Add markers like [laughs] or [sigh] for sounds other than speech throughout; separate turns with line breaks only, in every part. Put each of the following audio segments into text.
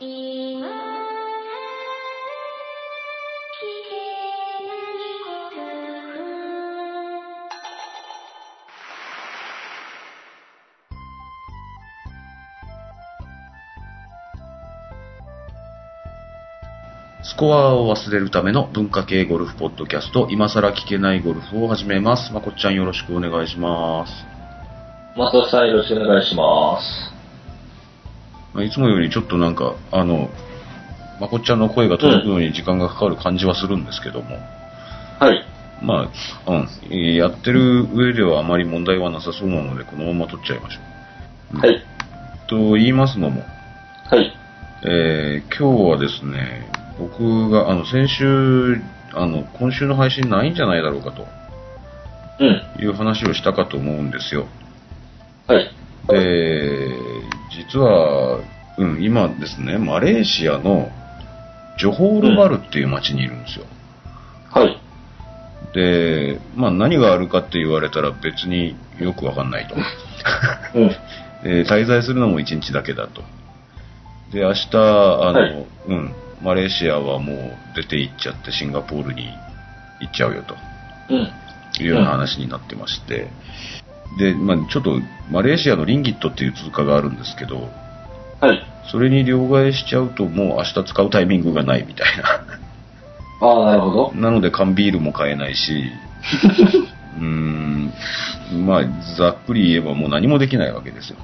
今、聞けないこと。
スコアを忘れるための文化系ゴルフポッドキャスト、今更聞けないゴルフを始めます。まこっちゃんよろしくお願いします。
マトさんよろしくお願いします。
まあいつもよりちょっとなんか、あの、まこっちゃんの声が届くのに時間がかかる感じはするんですけども、
はい。
まあ、うん、えーやってる上ではあまり問題はなさそうなので、このまま撮っちゃいましょう。
はい。
と言いますのも、
はい。
えー今日はですね、僕が、あの、先週、あの、今週の配信ないんじゃないだろうかと。
うん。
いう話をしたかと思うんですよ。
はい。
で、実は、うん、今ですね、マレーシアのジョホールバルっていう町にいるんですよ。
はい。
で、まあ何があるかって言われたら別によくわかんないと。
[laughs] うん。
で滞在するのも1日だけだと。で、明日、あの、
はい
うん、マレーシアはもう出て行っちゃってシンガポールに行っちゃうよと。
うん。
いうような話になってまして、で、まあ、ちょっとマレーシアのリンギットっていう通貨があるんですけど、
はい。
それに両替しちゃうともう明日使うタイミングがないみたい
[laughs]
な。
ああ、なるほど。
なので缶ビールも買えない
[laughs]
し、うーん、まあ、ざっくり言えばもう何もできないわけですよ。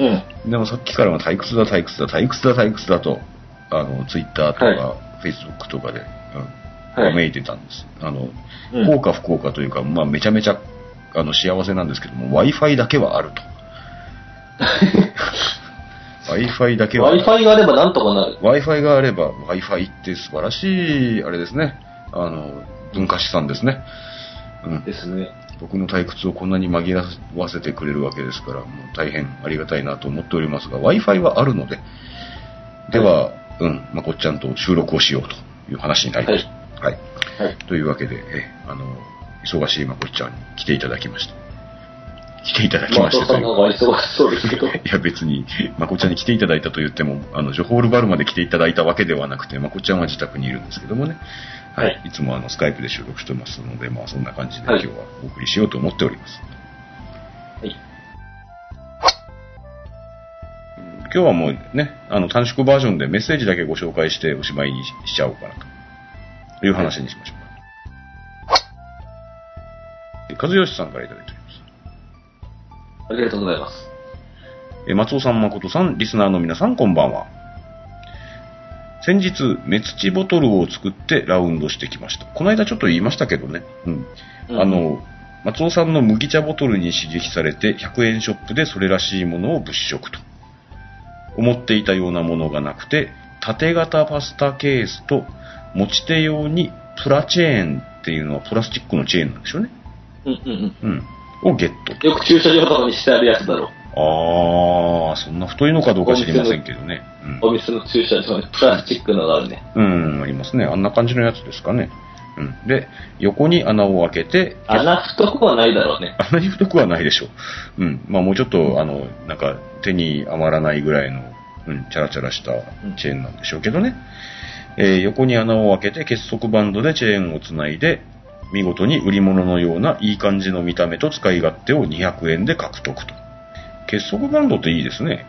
うん。
でもさっきからは退屈だ退屈だ退屈だ退屈だと、あの、ツイッターとか、フェイスブックとかで、うん、
は
め
い。
いてたんです。あの、
うん
効果不効果というか、まあ、めちゃめちゃあの幸せなんですけども、Wi-Fi だけはあると。
[laughs]
Wi-Fi だけはある
Wi-Fi があればなんとかなる。
Wi-Fi があれば、Wi-Fi って素晴らしい、あれですね、あの、文化資産ですね。うん、
ですね。
僕の退屈をこんなに紛らわせてくれるわけですから、もう大変ありがたいなと思っておりますが、Wi-Fi はあるので、では、うん、まこっちゃんと収録をしようという話になりました。はい。
はい。
というわけで、えあの、忙しいまこっちゃんに来ていただきました。来ていただき
マ
ました
ト
と
さ
い
んの
う。
方が忙しそうですけど。
[laughs] いや別に、まこっちゃんに来ていただいたと言っても、あの、ジョホールバルまで来ていただいたわけではなくて、まこっちゃんは自宅にいるんですけどもね、はい。
はい
い、つもあの、スカイプで収録してますので、まあそんな感じで今
はい
日はお送りしようと思っております。
はい。
今日はもうね、あの、短縮バージョンでメッセージだけご紹介しておしまいにししちゃおうかなという話にしましょうか。和義さんからいただいております。
[laughs] ありがとうございます。
えー松尾さん、誠さん、リスナーの皆さん、こんばんは。先日、メツチボトルを作ってラウンドしてきました。この間ちょっと言いましたけどね。うん。
うん
あの、松尾さんの麦茶ボトルに刺激されて、100円ショップでそれらしいものを物色と。思っていたようなものがなくて、縦型パスタケースと、持ち手用にプラチェーンっていうのはプラスチックのチェーンなんでしょうね。
うんうん
うん。をゲット
うん。よく駐車場とかにしてあるやつだろ。
ああ、そんな太いのかどうか知りませんけどね。
お店の駐車場にプラスチックのがあるね。
うん、うん、ありますね。あんな感じのやつですかね。うん、で、横に穴を開けて、
穴太くはないだろうね。
穴に太くはないでしょう。うん、まあもうちょっと、あの、なんか手に余らないぐらいの、うん、チャラチャラしたチェーンなんでしょうけどね。えー横に穴を開けて結束バンドでチェーンをつないで、見事に売り物のようないい感じの見た目と使い勝手を200円で獲得と。結束バンドっていいですね。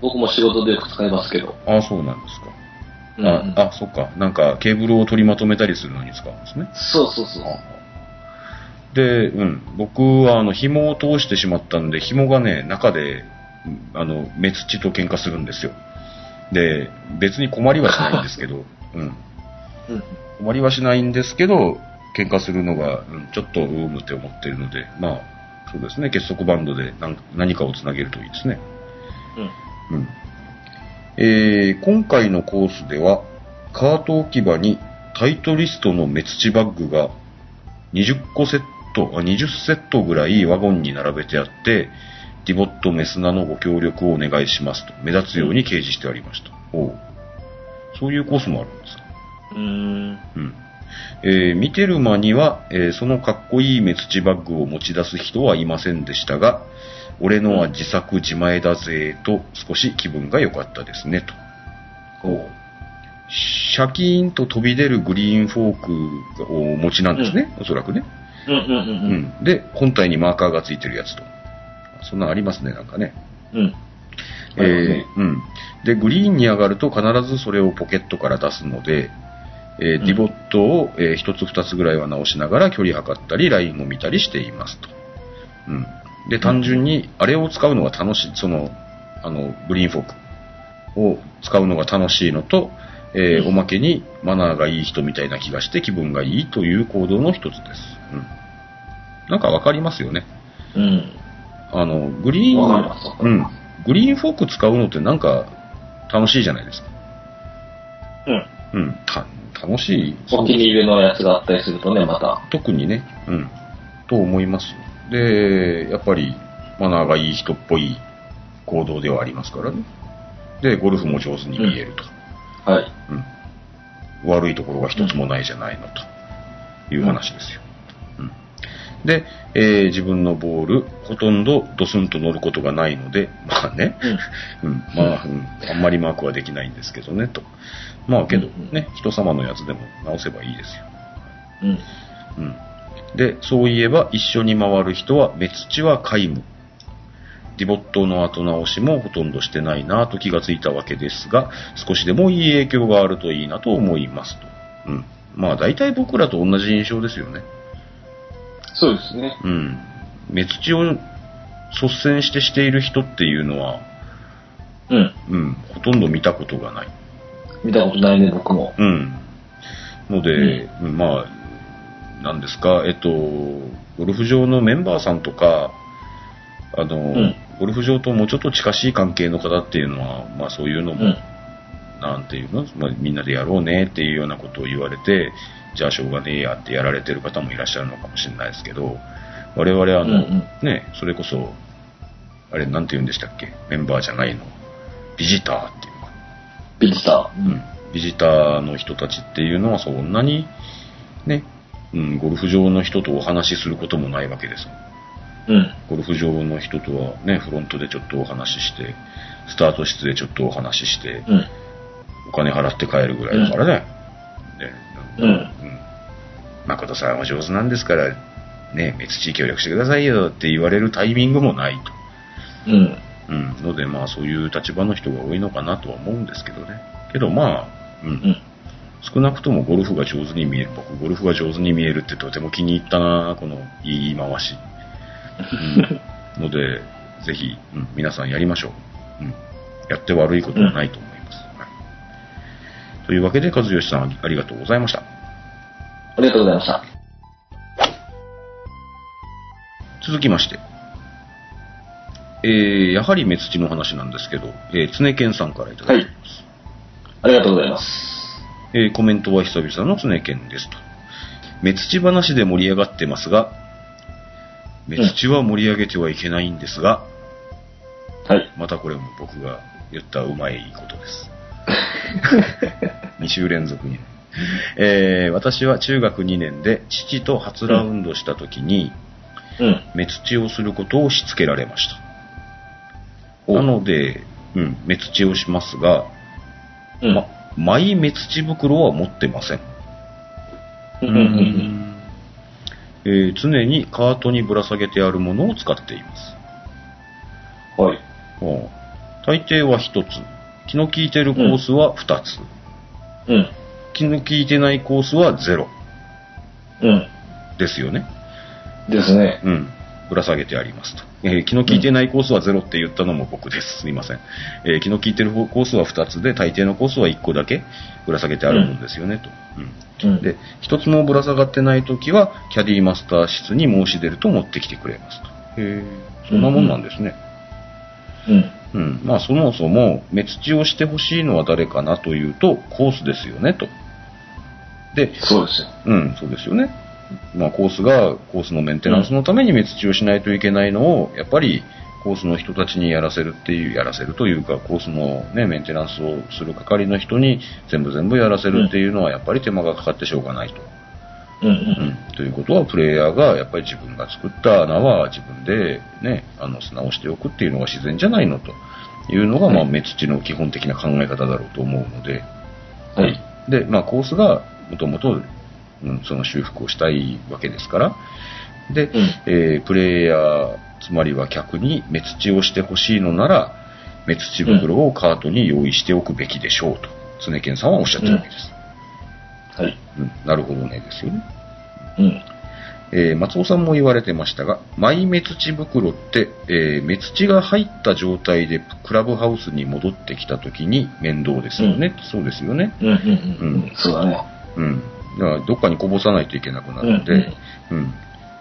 僕も仕事でよく使いますけど。
ああ、そうなんですか。
うんう
あ
ん、
あ、そっか。なんか、ケーブルを取りまとめたりするのに使うんですね。
そうそうそう。
で、うん。僕は、あの、紐を通してしまったんで、紐がね、中で、うんあの、目土と喧嘩するんですよ。で、別に困りはしないんですけど、うん。
うん。
困りはしないんですけど、喧嘩するのが、うん、ちょっと、うーむって思ってるので、まあ、そうですね。結束バンドで何何かをつなげるといいですね。
うん。
うんえー今回のコースでは、カート置き場にタイトリストの目土バッグが20個セット、あ20セットぐらいワゴンに並べてあって、ディボットメスナのご協力をお願いしますと、目立つように掲示してありました。おうそういうコースもあるんですか
うーん。
うんえー見てる間には、えーそのかっこいい目土バッグを持ち出す人はいませんでしたが、俺のは自作自前だぜーと少し気分が良かったですねと。
おう
シャキーンと飛び出るグリーンフォークをお持ちなんですね、おそらくね。
うんうん
う
うん
ん。で、本体にマーカーがついてるやつと。そんなんありますね、なんかね。
うん。うん。
えーうん。で、グリーンに上がると必ずそれをポケットから出すので、えー
うん
ディボットを、え1つ2つぐらいは直しながら距離測ったり、ラインを見たりしていますと。うん。で、単純に、あれを使うのが楽しい、その、あの、グリーンフォークを使うのが楽しいのと、えー
うん
おまけにマナーがいい人みたいな気がして気分がいいという行動の一つです。うん。なんかわかりますよね。
うん。
あの、グリーン、
わかりますわか
う
り
ん
ま。
グリーンフォーク使うのってなんか楽しいじゃないですか。
うん。
うん。た楽しい。
お気に入りのやつがあったりするとね、また。
特にね。うん。と思います。で、やっぱりマナーがいい人っぽい行動ではありますからね。で、ゴルフも上手に見えると。
はい。
うん。悪いところが一つもないじゃないのという話ですよ。うん。で、えー自分のボール、ほとんどドスンと乗ることがないので、まあね、
うん。
うん、まあ、うん、あんまりマークはできないんですけどね、と。まあけど
うん、
ね、人様のやつでも直せばいいですよ。
うん。
うん。で、そういえば一緒に回る人は、目土は皆無。ディボットの後直しもほとんどしてないなぁと気がついたわけですが、少しでもいい影響があるといいなと思いますと。うん。まあ大体僕らと同じ印象ですよね。
そうですね。
うん。目土を率先してしている人っていうのは、
うん。
うん、ほとんど見たことがない。
見たことないね、僕も。
うん。ので、
う
うんまあ、なんですか、えっと、ゴルフ場のメンバーさんとか、あの、
ん
ゴルフ場ともうちょっと近しい関係の方っていうのは、まあそういうの
う
も、
ん。
なんていうの、まあ、みんなでやろうねっていうようなことを言われて、じゃあしょうがねえやってやられてる方もいらっしゃるのかもしれないですけど、我々あの、
うん
ね、それこそ、あれ、なんて言うんでしたっけ、メンバーじゃないの、ビジターっていうのかな
ビジター。
うんビジターの人たちっていうのはそんなにね、うん、ゴルフ場の人とお話しすることもないわけです。
うん。
ゴルフ場の人とはね、フロントでちょっとお話しして、スタート室でちょっとお話しして、
うん。
お金払って帰るぐらいだからね。
う
ね
ん。
うん。誠さんは上手なんですから、ね、目つち協力してくださいよって言われるタイミングもないと。
うん。
うん。ので、まあそういう立場の人が多いのかなとは思うんですけどね。けどまあ、うん
うん。
少なくともゴルフが上手に見える、僕、ゴルフが上手に見えるってとても気に入ったな、この言い回し。うんので、ぜひ、うん皆さんやりましょう、うんやって悪いことはないと思います。はいというわけで、和義さん、ありがとうございました。
ありがとうございました。
続きまして、えーやはり目つちの話なんですけど、えー、常健さんからいただきます。
ありがとうございます。
えーコメントは久々の常見ですと。目土話で盛り上がってますが、目土は盛り上げてはいけないんですが、
はい。
またこれも僕が言ったうまいこと
[laughs]
です。2週連続にね、えー私は中学2年で父と初ラウンドした時に、
うん。
目土をすることをしつけられました。
お
なので、うん、目土をしますが、
うん。
ま、マイ目土袋は持ってません。
うんうん
えー常にカートにぶら下げてあるものを使っています。
うん。はい。
うん大抵は1つ。気の利いてるコースは2つ。
うん。
気の利いてないコースは0
うん。
ですよね。
ですね。
うん。ぶら下げてありますと。えー気の利いてないコースは0って言ったのも僕です。すいません。えー気の利いてるコースは2つで、大抵のコースは1個だけぶら下げてあるもんですよね、と。うん
うん。
で、一つもぶら下がってないときは、キャディーマスター室に申し出ると持ってきてくれますと。へえ。そんなもんなんですね。
うん。
うん。まあ、そもそも、目土をしてほしいのは誰かなというと、コースですよね、と。で、
そうですよ。
うん、そうですよね。まあ、コースが、コースのメンテナンスのために目土をしないといけないのを、やっぱり、コースの人たちにやらせるっていう、やらせるというか、コースのね、メンテナンスをする係の人に全部全部やらせるっていうのは、やっぱり手間がかかってしょうがないと。
うんう。
うんん、ということは、プレイヤーがやっぱり自分が作った穴は自分で、ね、あの砂をしておくっていうのが自然じゃないのというのが、まあ、目土の基本的な考え方だろうと思うので、
はい。
で、まあ、コースがもともと、うん、その修復をしたいわけですから、で、
うん。
えープレイヤー、つまりは客に目土をしてほしいのなら、目土袋をカートに用意しておくべきでしょうと、常健さんはおっしゃってるわけです。
はい。
うん、なるほどね、ですよね。
うん。
えー松尾さんも言われてましたが、マイメツチ袋って、えー、メツチが入った状態でクラブハウスに戻ってきた時に面倒ですよね。そうですよね。
うんうんうん。
う
うんん、そうだね。
うん。だからどっかにこぼさないといけなくな
うん
るので、うん。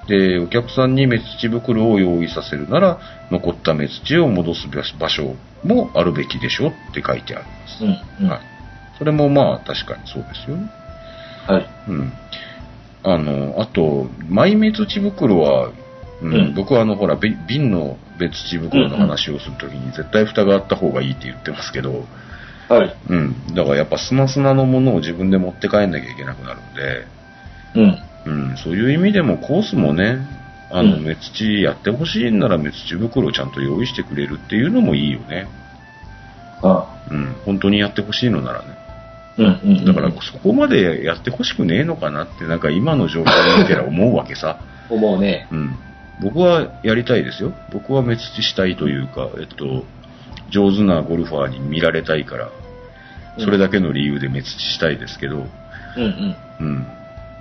で、お客さんにメツチ袋を用意させるなら、残ったメツチを戻す場所もあるべきでしょって書いてあるんです。
うんうん。
はい。それもまあ確かにそうですよね。
はい。
うん。あの、あと、マイメツチ袋は、うん
うん
僕はあの、ほら、び瓶の別土袋の話をするときに、絶対蓋があった方がいいって言ってますけど、
はい。
うん。だからやっぱ、すなすなのものを自分で持って帰んなきゃいけなくなるので、
うん。
うん、そういう意味でもコースもね、あの、
うん
目土やってほしいんなら目土袋をちゃんと用意してくれるっていうのもいいよね。
あ
うん、本当にやってほしいのならね。
うんうん。
だから、そこまでやってほしくねえのかなって、なんか今の状況を見てら思うわけさ。
思うね。
うん、僕はやりたいですよ、僕は目つちしたいというか、えっと、上手なゴルファーに見られたいから、それだけの理由で目つちしたいですけど、
うんうん。
うん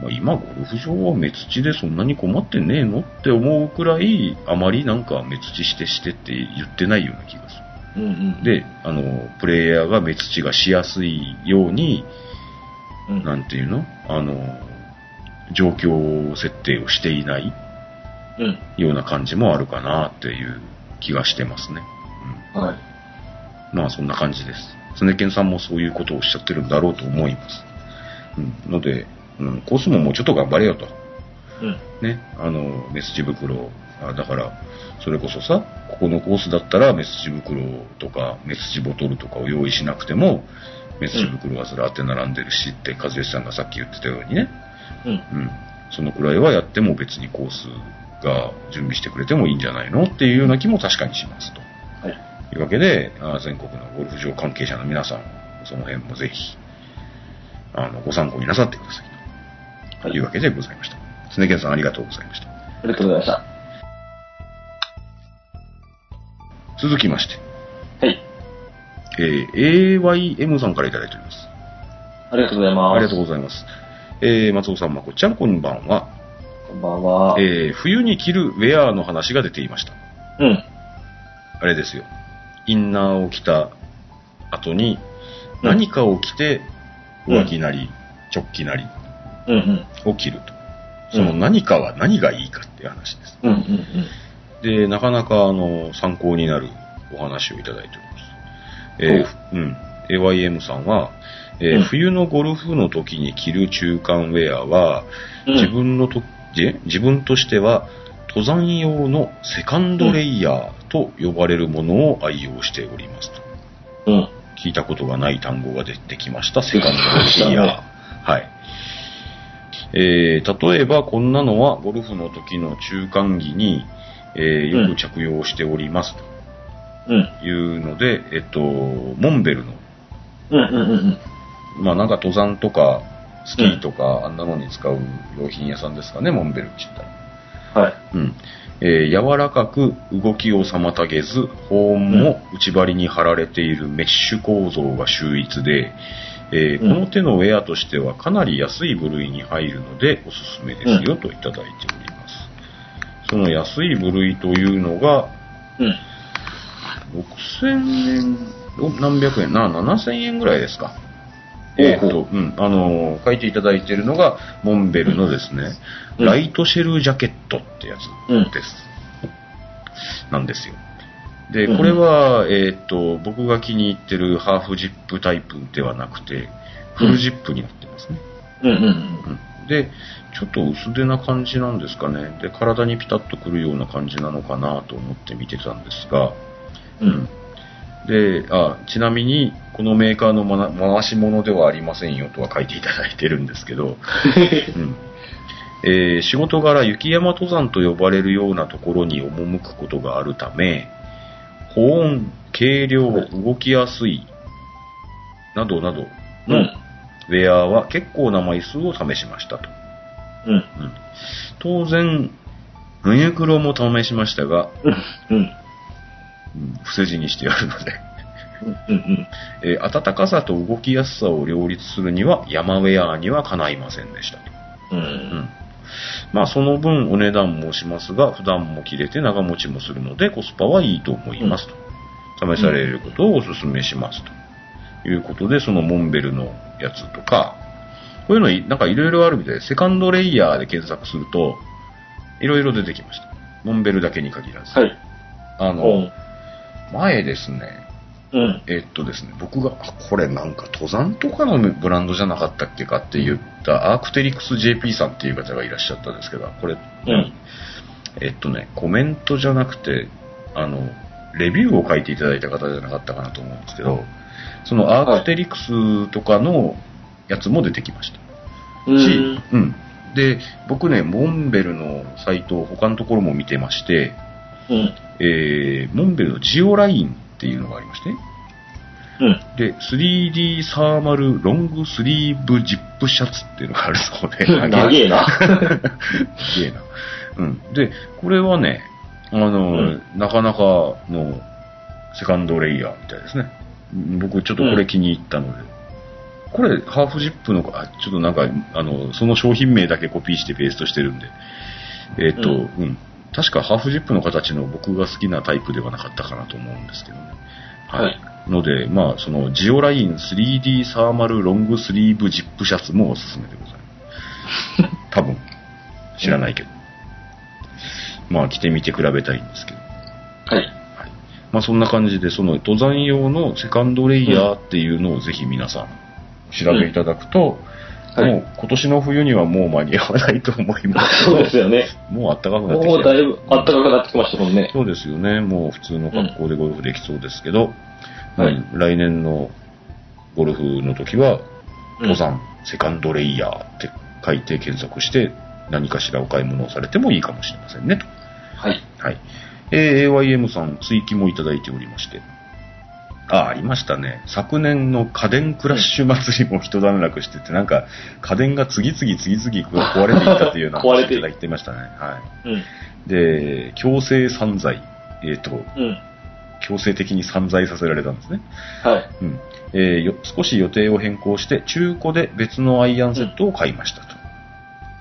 まあ、今、ゴルフ場は目つちでそんなに困ってねえのって思うくらい、あまりなんか目つちしてしてって言ってないような気がす
うんうん。
る。で、あのプレイヤーが目つちがしやすいように、
うん、
なんていうの、あの状況設定をしていない。
うん。
ような感じもあるかなっていう気がしてますね。
はい。
うん、まあそんな感じです。常健さんもそういうことをおっしゃってるんだろうと思います。うん、ので、うん、コースももうちょっと頑張れよと。
うん。
ね、あの、メスチ袋、あだから、それこそさ、ここのコースだったらメスチ袋とか、メスチボトルとかを用意しなくても、メスチ袋はずらって並んでるしって、和義さんがさっき言ってたようにね、
うん。
うん、そのくらいはやっても別にコースが準備してくれてもいいんじゃないのっていうような気も確かにしますと。
はい。
いうわけで、あー全国のゴルフ場関係者の皆さん、その辺もぜひ、あの、ご参考になさってください。と
はい
いうわけでございました。常健さんありがとうございました。
ありがとうございました。
続きまして、
はい。
えー AYM さんからいただいております。
ありがとうございます。
ありがとうございます。えー松尾さん、まこっちゃん、こんばんは。
こんばんは。
えー冬に着るウェアの話が出ていました。
うん。
あれですよ。インナーを着た後に、
うん
何かを着て、
うん
上着なり、チョッキなり
うん
を着ると。
う
そ
ん
の何かは何がいいかっていう話です。
うん。うんうん
で、なかなか、あの、参考になるお話をいただいております。えーうん。AYM さんは、えー
うん
冬のゴルフの時に着る中間ウェアは、
うん。
自分のと、え自分としては、登山用のセカンドレイヤーと呼ばれるものを愛用しておりますと。
うん。
聞いたことがない単語が出てきま [laughs] した、セカンドレイヤー。はい。えー例えばこんなのはゴルフの時の中間着に、えーよく着用しております
うん。
というので、えっと、モンベルの、
うんうんうん
まあなんか登山とかスキーとか、あんなのに使う用品屋さんですかね、モンベルって言ったら。
うん。はい。
うんえー柔らかく動きを妨げず保温も内張りに貼られているメッシュ構造が秀逸で、えー
うん
この手のウェアとしてはかなり安い部類に入るのでおすすめですよといただいておりますその安い部類というのが
うん。
6000円お何百円な7000円ぐらいですか
おう
えーっと、うん、あのー書いていただいているのが、モンベルのですね、
うん
ライトシェルジャケットってやつ
うん。
です。なんですよ。で、
うん
これは、えーっと、僕が気に入ってるハーフジップタイプではなくて、フルジップになってますね。
うんうん
うん、で、ちょっと薄手な感じなんですかね。で、体にピタッとくるような感じなのかなと思って見てたんですが、
うん。うん。
で、あ、ちなみに、このメーカーのまな回し物ではありませんよとは書いていただいてるんですけ
[laughs]
ど、うんえー仕事柄雪山登山と呼ばれるようなところに赴くことがあるため保温、軽量、
は
動きやすい、などなど
う
の
ん。
ウェアは結構な枚数を試しましたと。
うん。
当然、ユニクロも試しましたが、
うん。
うん伏せ字にしてあるので、
うん。
えー暖かさと動きやすさを両立するには山ウェアにはかないませんでしたと。う
う。
んんまあその分お値段もしますが、普段も着れて長持ちもするのでコスパはいいと思いますと。試されることをお勧めしますと。いうことで、そのモンベルのやつとか、こういうのいなんかいろいろあるみたいで、セカンドレイヤーで検索すると、いろいろ出てきました。モンベルだけに限らず。
はい。
あ
う
の、
ん。
前ですね、
うん。
えっとですね、僕が、あ、これなんか登山とかのブランドじゃなかったっけかって言ったアークテリクス JP さんっていう方がいらっしゃったんですけど、これ、
うん
えっとね、コメントじゃなくて、あの、レビューを書いていただいた方じゃなかったかなと思うんですけど、そのアークテリクスとかのやつも出てきました。
うん
し。、うん。で、僕ね、モンベルのサイトを他のところも見てまして、
うん。
えー、モンベルのジオラインっていうのがありまして、ね、
うん。。
で、3D サーマルロングスリーブジップシャツっていうのがあるそうで
[laughs] 長えな。
すげえな。うん。で、これはね、あの、
うん
なかなかのセカンドレイヤーみたいですね。うん僕ちょっとこれ気に入ったので。これ、ハーフジップの、あ、ちょっとなんか、あの、その商品名だけコピーしてペーストしてるんで。えーっと、う、
うん
確かハーフジップの形の僕が好きなタイプではなかったかなと思うんですけどね。
は
はいい。ので、まあ、その、ジオライン 3D サーマルロングスリーブジップシャツもおすすめでございます。多分。知らないけど。まあ、着てみて比べたいんですけど。
はい。
まあ、そんな感じで、その、登山用のセカンドレイヤーっていうのをぜひ皆さん、調べいただくと、
うんはい
もう、今年の冬にはもう間に合わないと思います。
そうですよね。
もう暖かくなってきて
[laughs] もうだいぶ暖かくなってきましたもんね。
そうですよね。もう普通の格好でゴルフできそうですけど、
はい
まあ来年のゴルフの時は、
うん
登山、セカンドレイヤーって書いて検索して、何かしらお買い物をされてもいいかもしれませんね、と。
はい。
はい。えー AYM さん、追記もいただいておりまして。あ、ありましたね。昨年の家電クラッシュ祭りも一段落してて、なんか、家電が次々次々壊れていったというような
壊
話
れ
を
て
いただいてましたね。はい。
うん。
で、強制散財、えっ、と、
うん。
強制的に散財させられたんですね。
はい。
うんえーよ少し予定を変更して、中古で別のアイアンセットを買いましたと。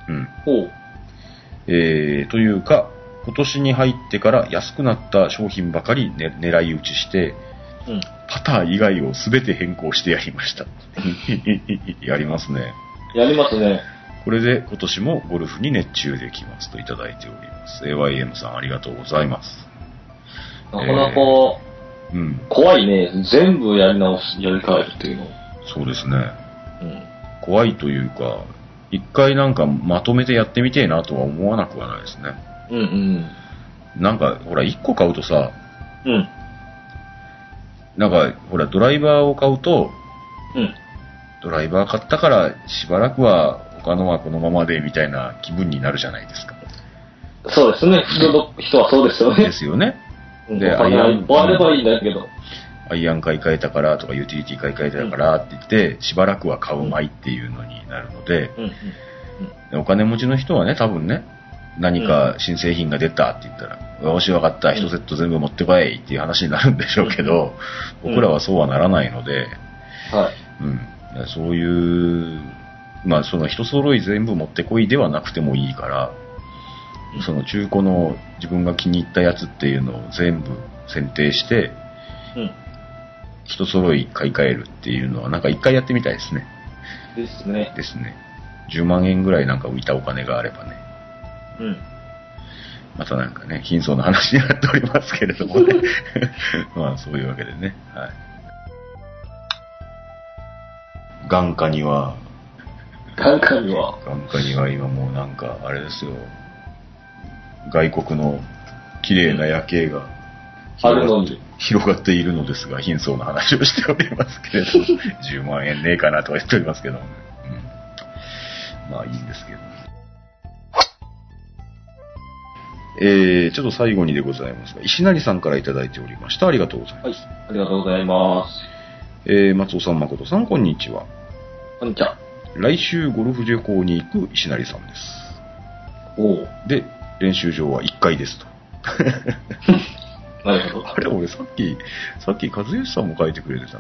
うん
おう。
えーというか、今年に入ってから安くなった商品ばかり、ね、狙い撃ちして、
うん。
パター以外を全て変更してやりました。 [laughs] やりますね。
やりますね。
これで今年もゴルフに熱中できますといただいております。AYM さんありがとうございます。
なかなか
えうん、
怖いね。全部やり直し、やり替えるっていうの。
そうですね。
うん。
怖いというか、一回なんかまとめてやってみてえなとは思わなくはないですね。
うん
なんか、ほら、一個買うとさ、
うん。うん。
なんか、ほら、ドライバーを買うと、
うん。
ドライバー買ったから、しばらくは他のはこのままで、みたいな気分になるじゃないですか。
そうですね。普通の人はそうですよ
で
ね。
すよね。
うん
で
お金
あ
が
の
いっぱいあればいいんだけど。
アイアン買い替えたからとか、ユーティリティ買い替えたからって言って、しばらくは買うまいっていうのになるので、
うん。
お金持ちの人はね、多分ね、何か新製品が出たって言ったら、よし、わかった、
うん
一セット全部持ってこいっていう話になるんでしょうけど、
うん
僕らはそうはならないので、
はい。
うん、そういう、まあ、その人揃い全部持ってこいではなくてもいいから、その中古の自分が気に入ったやつっていうのを全部選定して、
うん。
人揃い買い替えるっていうのは、なんか一回やってみたいですね。
ですね。
ですね。10万円ぐらいなんか浮いたお金があればね。
うん。
またなんかね、貧相な話になっておりますけれどもね。 [laughs] まあ、そういうわけでね。はい。眼下には、
眼科には、
眼下には今もうなんか、あれですよ。外国の綺麗な夜景が
あるのに。
広がっているのですが、貧相な話をしておりますけれど
[laughs]
も、10万円ねえかなとは言っておりますけどもね。うん、まあいいんですけど。えー、ちょっと最後にでございますが、石成さんからいただいておりました。ありがとうございます。
はい。ありがとうございます。
えー、松尾さん、誠さん、こんにちは。
こんにちは。
来週ゴルフ旅行に行く石成さんです。
おお。
で、練習場は1階
[laughs]
ですと。
なるほど。
あれ、俺さっき、さっき和義さんも書いてくれてたな。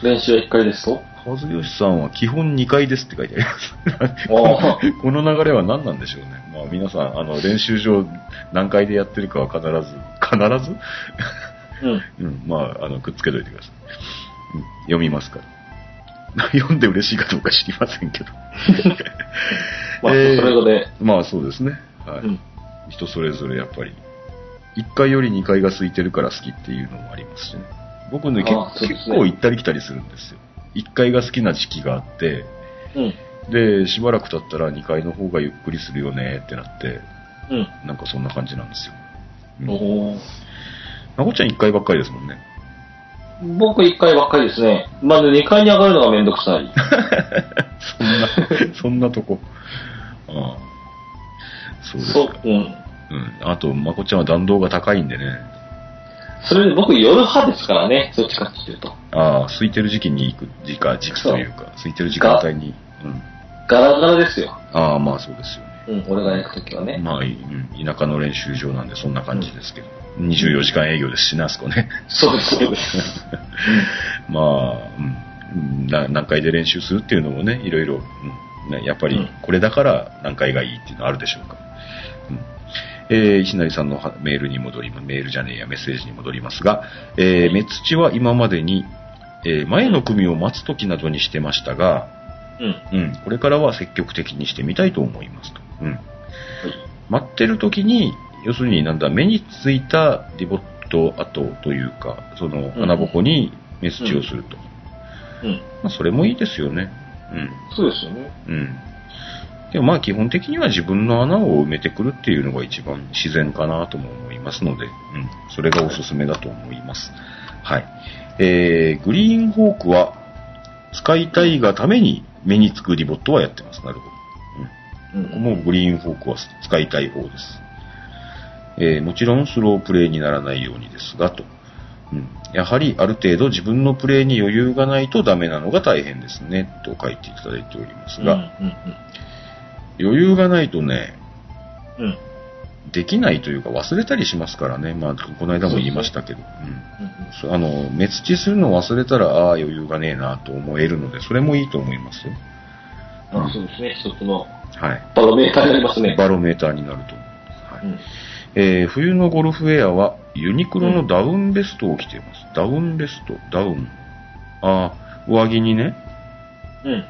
練習は1回ですと
和義さんは基本2階ですって書いてあります。
あー
この流れは何なんでしょうね。まあ皆さん、あの、練習場何階でやってるかは必ず、必ず [laughs]
うん。
うん、まあ、あの、くっつけといてください。うん、読みますから。読んで嬉しいかどうか知りませんけど。
[laughs] まあ、
えー
それぞれ、
まあ、そうですね。はい。
うん。
人それぞれやっぱり、1階より2階が空いてるから好きっていうのもありますしね。僕ね、結
ああそうですね
結構行ったり来たりするんですよ。1階が好きな時期があって、
うん。
で、しばらく経ったら2階の方がゆっくりするよねってなって、
うん。
なんかそんな感じなんですよ。うん
おー
なこちゃん1階ばっかりですもん
[laughs]
ね。
僕1回ばっかりですね。まず2階に上がるのがめんどく
[laughs]
さい。
そんな、そんなとこ。ああ。そうです
そ
か
う。。うん。
うん。あと、まこちゃんは弾道が高いんでね。
それで僕夜派ですからね、どっちかっていうと。
ああ、空いてる時期に行く、時間、時期というか、空いてる時間帯に。うん。
ガラガラですよ。
ああ、まあそうですよね。
うん、俺が行くときはね。
まあ、いうん田舎の練習場なんでそんな感じですけど。24時間営業ですしね、あそこね。
そうです、そ
[laughs]
うです。
まあ、うんな、何回で練習するっていうのもね、いろいろ、うんね、やっぱ
う
り
ん
これだから何回がいいっていうのはあるでしょうか。うんえー石成さんのはメールに戻りま、メールじゃねえや、メッセージに戻りますが、えー、メツチは今までに、えー前の組を待つ時などにしてましたが、
うん。
うん、これからは積極的にしてみたいと思いますと。うん、待ってる時に、要するになんだ、目についたリボット跡というか、その穴ぼこにメスチをすると。
うん。
まあ、それもいいですよね。
そうですよね。
うん。うん。でもまあ基本的には自分の穴を埋めてくるっていうのが一番自然かなとも思いますので、うん。それがおすすめだと思います。はい。えー、グリーンホークは使いたいがために目につくリボットはやってます。なるほど。う
う
ん
ん。
もうグリーンフォークは使いたい方です。えーもちろんスロープレーにならないようにですが、と。うん、やはりある程度自分のプレーに余裕がないとダメなのが大変ですね、と書いていただいておりますが、
うん、
余裕がないとね、
うん、うん。
できないというか忘れたりしますからね、まあ、この間も言いましたけど、うん
うん
そうあの、目つちするのを忘れたら、ああー、余裕がねえなと思えるので、それもいいと思いますよ。
まあ、そうですね、一つの
はい。
バロメーターになりますね。
バロメーターになると思います。はい
うん。
えー冬のゴルフウェアはユニクロのダウンベストを着ています。ダウンベスト、ダウン。ああ、上着にね。
うん。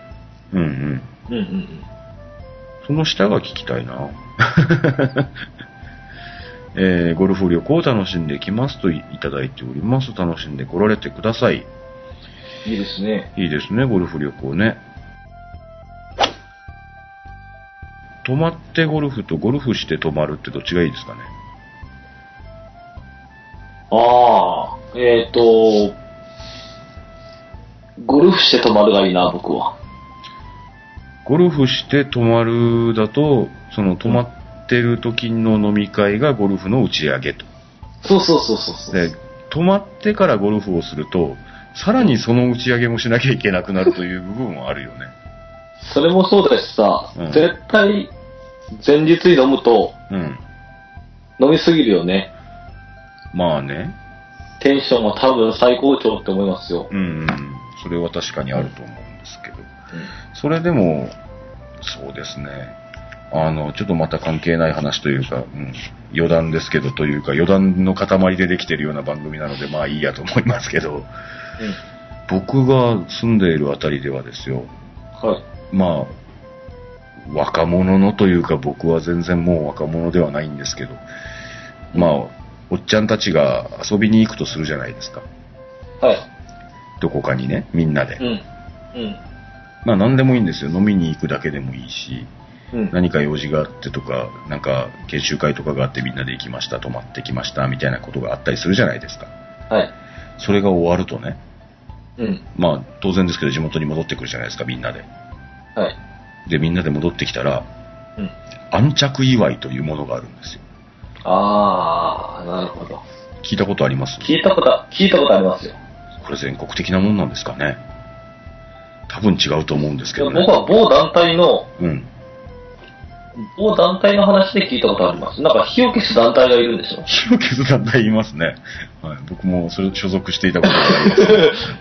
うんうん。
うん、うん、
その下が聞きたいな。 [laughs] えーゴルフ旅行を楽しんできますといただいております。楽しんで来られてください。
うん。いいですね。
いいですね、ゴルフ旅行ね。泊まってゴルフとゴルフして泊まるってどっちがいいですかね。
ああ、えっ、ー、と、ゴルフして泊まるがいいな、僕は。
ゴルフして泊まるだと、その泊まってる時の飲み会がゴルフの打ち上げと。
そうそうそうそうそう。
で、泊まってからゴルフをすると、さらにその打ち上げもしなきゃいけなくなるという部分もあるよね。
それもそうだしさ、
うん
絶対、前日に飲むと、
うん。
飲みすぎるよね。
まあね。
テンションは多分最高潮って思いますよ。
うんうん。それは確かにあると思うんですけど。それでも、そうですね。あの、ちょっとまた関係ない話というか、うん、余談ですけどというか、余談の塊でできてるような番組なので、まあいいやと思いますけど。僕が住んでいるあたりではですよ、
うん。はい。
まあ、若者のというか僕は全然もう若者ではないんですけど、まあ、おっちゃんたちが遊びに行くとするじゃないですか。
はい。
どこかにね、みんなで
う。ん。うん。
まあ何でもいいんですよ。飲みに行くだけでもいいし、
うん。
何か用事があってとか、なんか研修会とかがあってみんなで行きました、泊まってきました、みたいなことがあったりするじゃないですか。
はい。
それが終わるとね、
うん。
まあ当然ですけど地元に戻ってくるじゃないですか、みんなで。
はい。
で、みんなで戻ってきたら、
うん。
安着祝いというものがあるんですよ。
ああ、なるほど。
聞いたことあります
聞いたこと、聞いたことありますよ。
これ全国的なもんなんですかね。多分違うと思うんですけ
で
ど
も
ね
僕。は某団体の、
うん。
某団体の話で聞いたことあります。なんか火を消す団体がいるんでしょ
火を削ったって言いますね。はい。僕もそれ所属していたことがあります。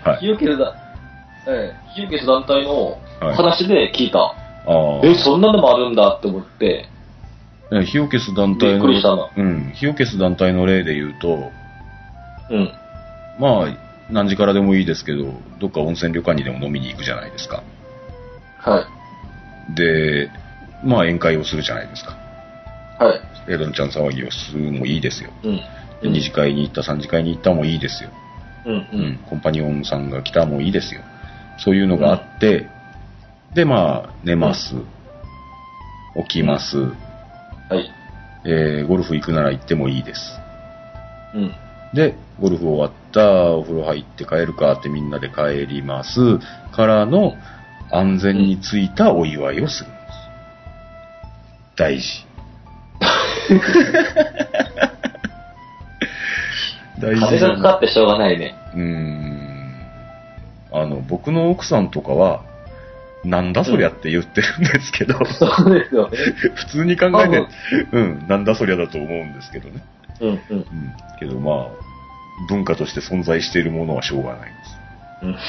[laughs] はい。
火を消すだ、ええ、火を消す団体の
はい
話で聞いた。
ああ。
え、そんなのもあるんだって思って、
ね火を消す団体
びっくりした
の
な、
うん、火を消す団体の例で言うと、
うん。
まあ、何時からでもいいですけど、どっか温泉旅館にでも飲みに行くじゃないですか。
はい。
で、まあ宴会をするじゃないですか。
はい。
江戸のちゃん騒ぎをするもいいですよ。
うん。
で二次会に行った、三次会に行ったもいいですよ。
うん。う
うんん、。コンパニオンさんが来たもいいですよ。そういうのがあって、で、まあ、寝ます。起きます。
はい。
えーゴルフ行くなら行ってもいいです。
うん。
で、ゴルフ終わった、お風呂入って帰るかってみんなで帰ります。からの、安全についたお祝いをするんです。大事。 [laughs] 大
風
だ
がかかってしょうがないね。
うーん。あの、僕の奥さんとかは、なんだそりゃって言ってるんですけど、
そうですよね。
[laughs] 普通に考えて、うん、なんだそりゃだと思うんですけどね。
うん。うん。
うん。けどまあ、文化として存在しているものはしょうがないです。
うん。
はい。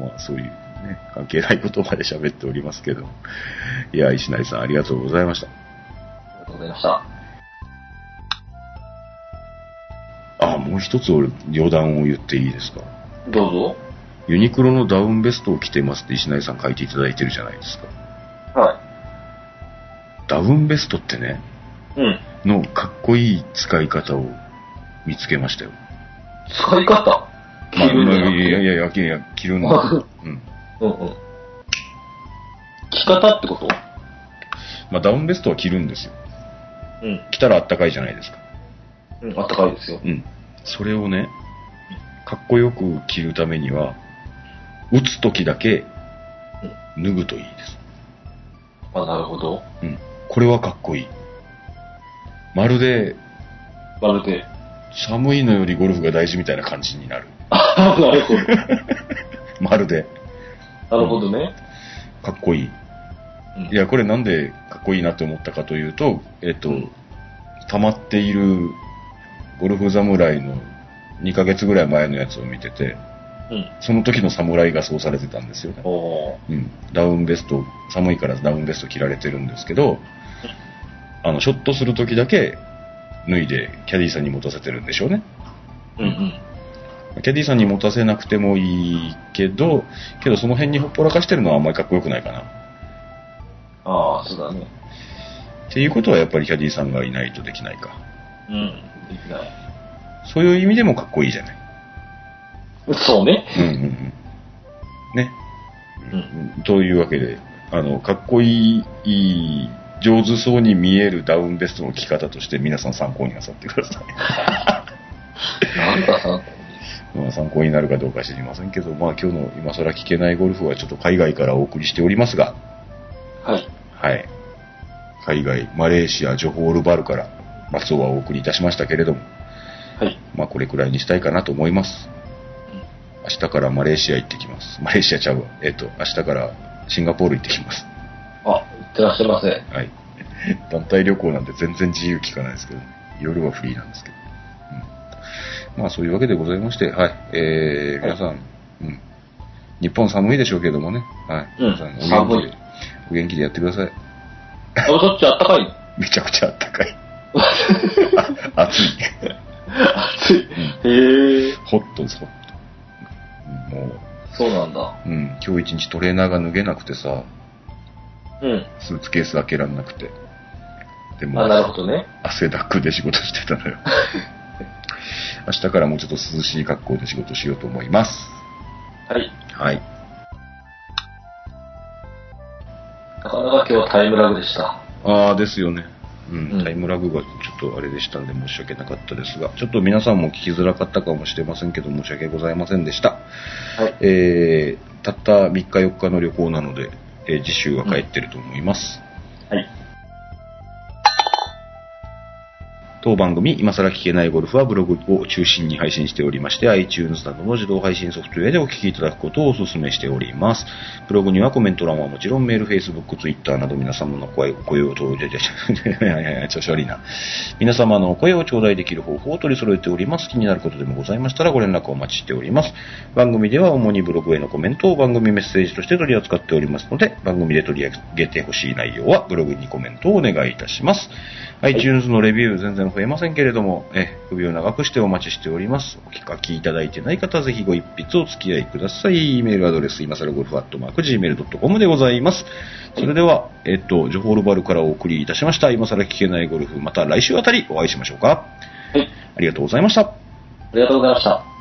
まあ、そういうね、関係ないことまで喋っておりますけど。いや、石成さん、ありがとうございました。
ありがとうございました。
あ、もう一つ俺、余談を言っていいですか。
どうぞ。
ユニクロのダウンベストを着てますって石成さん書いていただいてるじゃないですか。
は
ダウンベストってね、
い。うん。
のかっこいい使い方を見つけましたよ。
使い方
まあ、
着るんじゃなくて
いやいやいや、いやいや着るんだ。うん。
うんうん。着方ってこと
まあ、ダウンベストは着るんですよ。
うん。
着たらあったかいじゃないですか。
うん。あったかいですよ。
うん。それをね、かっこよく着るためには、打つときだけ脱ぐといいです。
あ、なるほど。
うん。これはかっこいい。まるで、
まるで。 [laughs]
寒いのよりゴルフが大事みたいな感じになる。
あなるほど。
まるで、
なるほどね。
かっこいい。
うん
いや、これなんでかっこいいなって思ったかというと、えっと、
うん
溜まっているゴルフ侍の2ヶ月ぐらい前のやつを見てて、
うん。
その時の侍がそうされてたんですよね。
おー
うん。ダウンベスト、寒いからダウンベスト着られてるんですけど、あの、ショットする時だけ脱いでキャディーさんに持たせてるんでしょうね。
うんうん。
キャディーさんに持たせなくてもいいけど、けどその辺にほっぽらかしてるのはあんまりかっこよくないかな。
ああ、そうだね。
っていうことはやっぱりキャディーさんがいないとできないか。
うん。できない。
そういう意味でもかっこいいじゃない。
そうね。
うんうんうん。ね。
うん。
というわけで、あの、かっこいい、いい上手そうに見えるダウンベストの着方として皆さん参考になさってください。 [laughs]
なんかさ、
まあ参考になるかどうか知りませんけど、まあ今日の今更聞けないゴルフはちょっと海外からお送りしておりますが、
はい。
はい。海外、マレーシア、ジョホールバルから松尾はお送りいたしましたけれども、
はい。
まあこれくらいにしたいかなと思います。明日からマレーシア行ってきます。マレーシアちゃうわ。えっと、明日からシンガポール行ってきます。
あ、いってらっしゃいませ。
はい。団体旅行なんて全然自由聞かないですけど、夜はフリーなんですけど。うん、まあそういうわけでございまして、はい。えー、皆さん、うん。日本寒いでしょうけどもね。はい。
うん
皆さんお元気
寒
で、お元気でやってください。
あ、そっちあったかい
めちゃくちゃあったかい。あ暑い。 [laughs]
暑い。へえ。
ホットです、ホット。もう、
そうなんだ。
うん、今日一日トレーナーが脱げなくてさ、
うん。
スーツケース開けらんなくて。でも
あ、なるほどね。
汗だくで仕事してたの
[laughs]
よ。明日からもうちょっと涼しい格好で仕事しようと思います。
はい。
はい。
なかなか今日はタイムラグでした。
ああ、ですよね。う、
うんん
タイムラグがちょっとあれでしたんで申し訳なかったですが、ちょっと皆さんも聞きづらかったかもしれませんけど、申し訳ございませんでした。
はい。
えー、たった3日4日の旅行なので、えー次週は帰ってると思います。
はい。
当番組、今更聞けないゴルフはブログを中心に配信しておりまして、iTunes などの自動配信ソフトウェアでお聞きいただくことをお勧めしております。ブログにはコメント欄はもちろん、メール、Facebook、Twitter など皆様の声、声を頂 [laughs] 戴、いやいやいや、調子悪いな。皆様のお声を頂戴できる方法を取り揃えております。気になることでもございましたらご連絡をお待ちしております。番組では主にブログへのコメントを番組メッセージとして取り扱っておりますので、番組で取り上げてほしい内容はブログにコメントをお願いいたします。iTunes のレビュー全然増えませんけれども、え、首を長くしてお待ちしております。お聞かきいただいてない方、ぜひご一筆お付き合いください。メールアドレス、今更ゴルフアットマーク Gmail.com でございます。それでは、えっと、ジョホールバルからお送りいたしました。今更聞けないゴルフ、また来週あたりお会いしましょうか。
はい。
ありがとうございました。
ありがとうございました。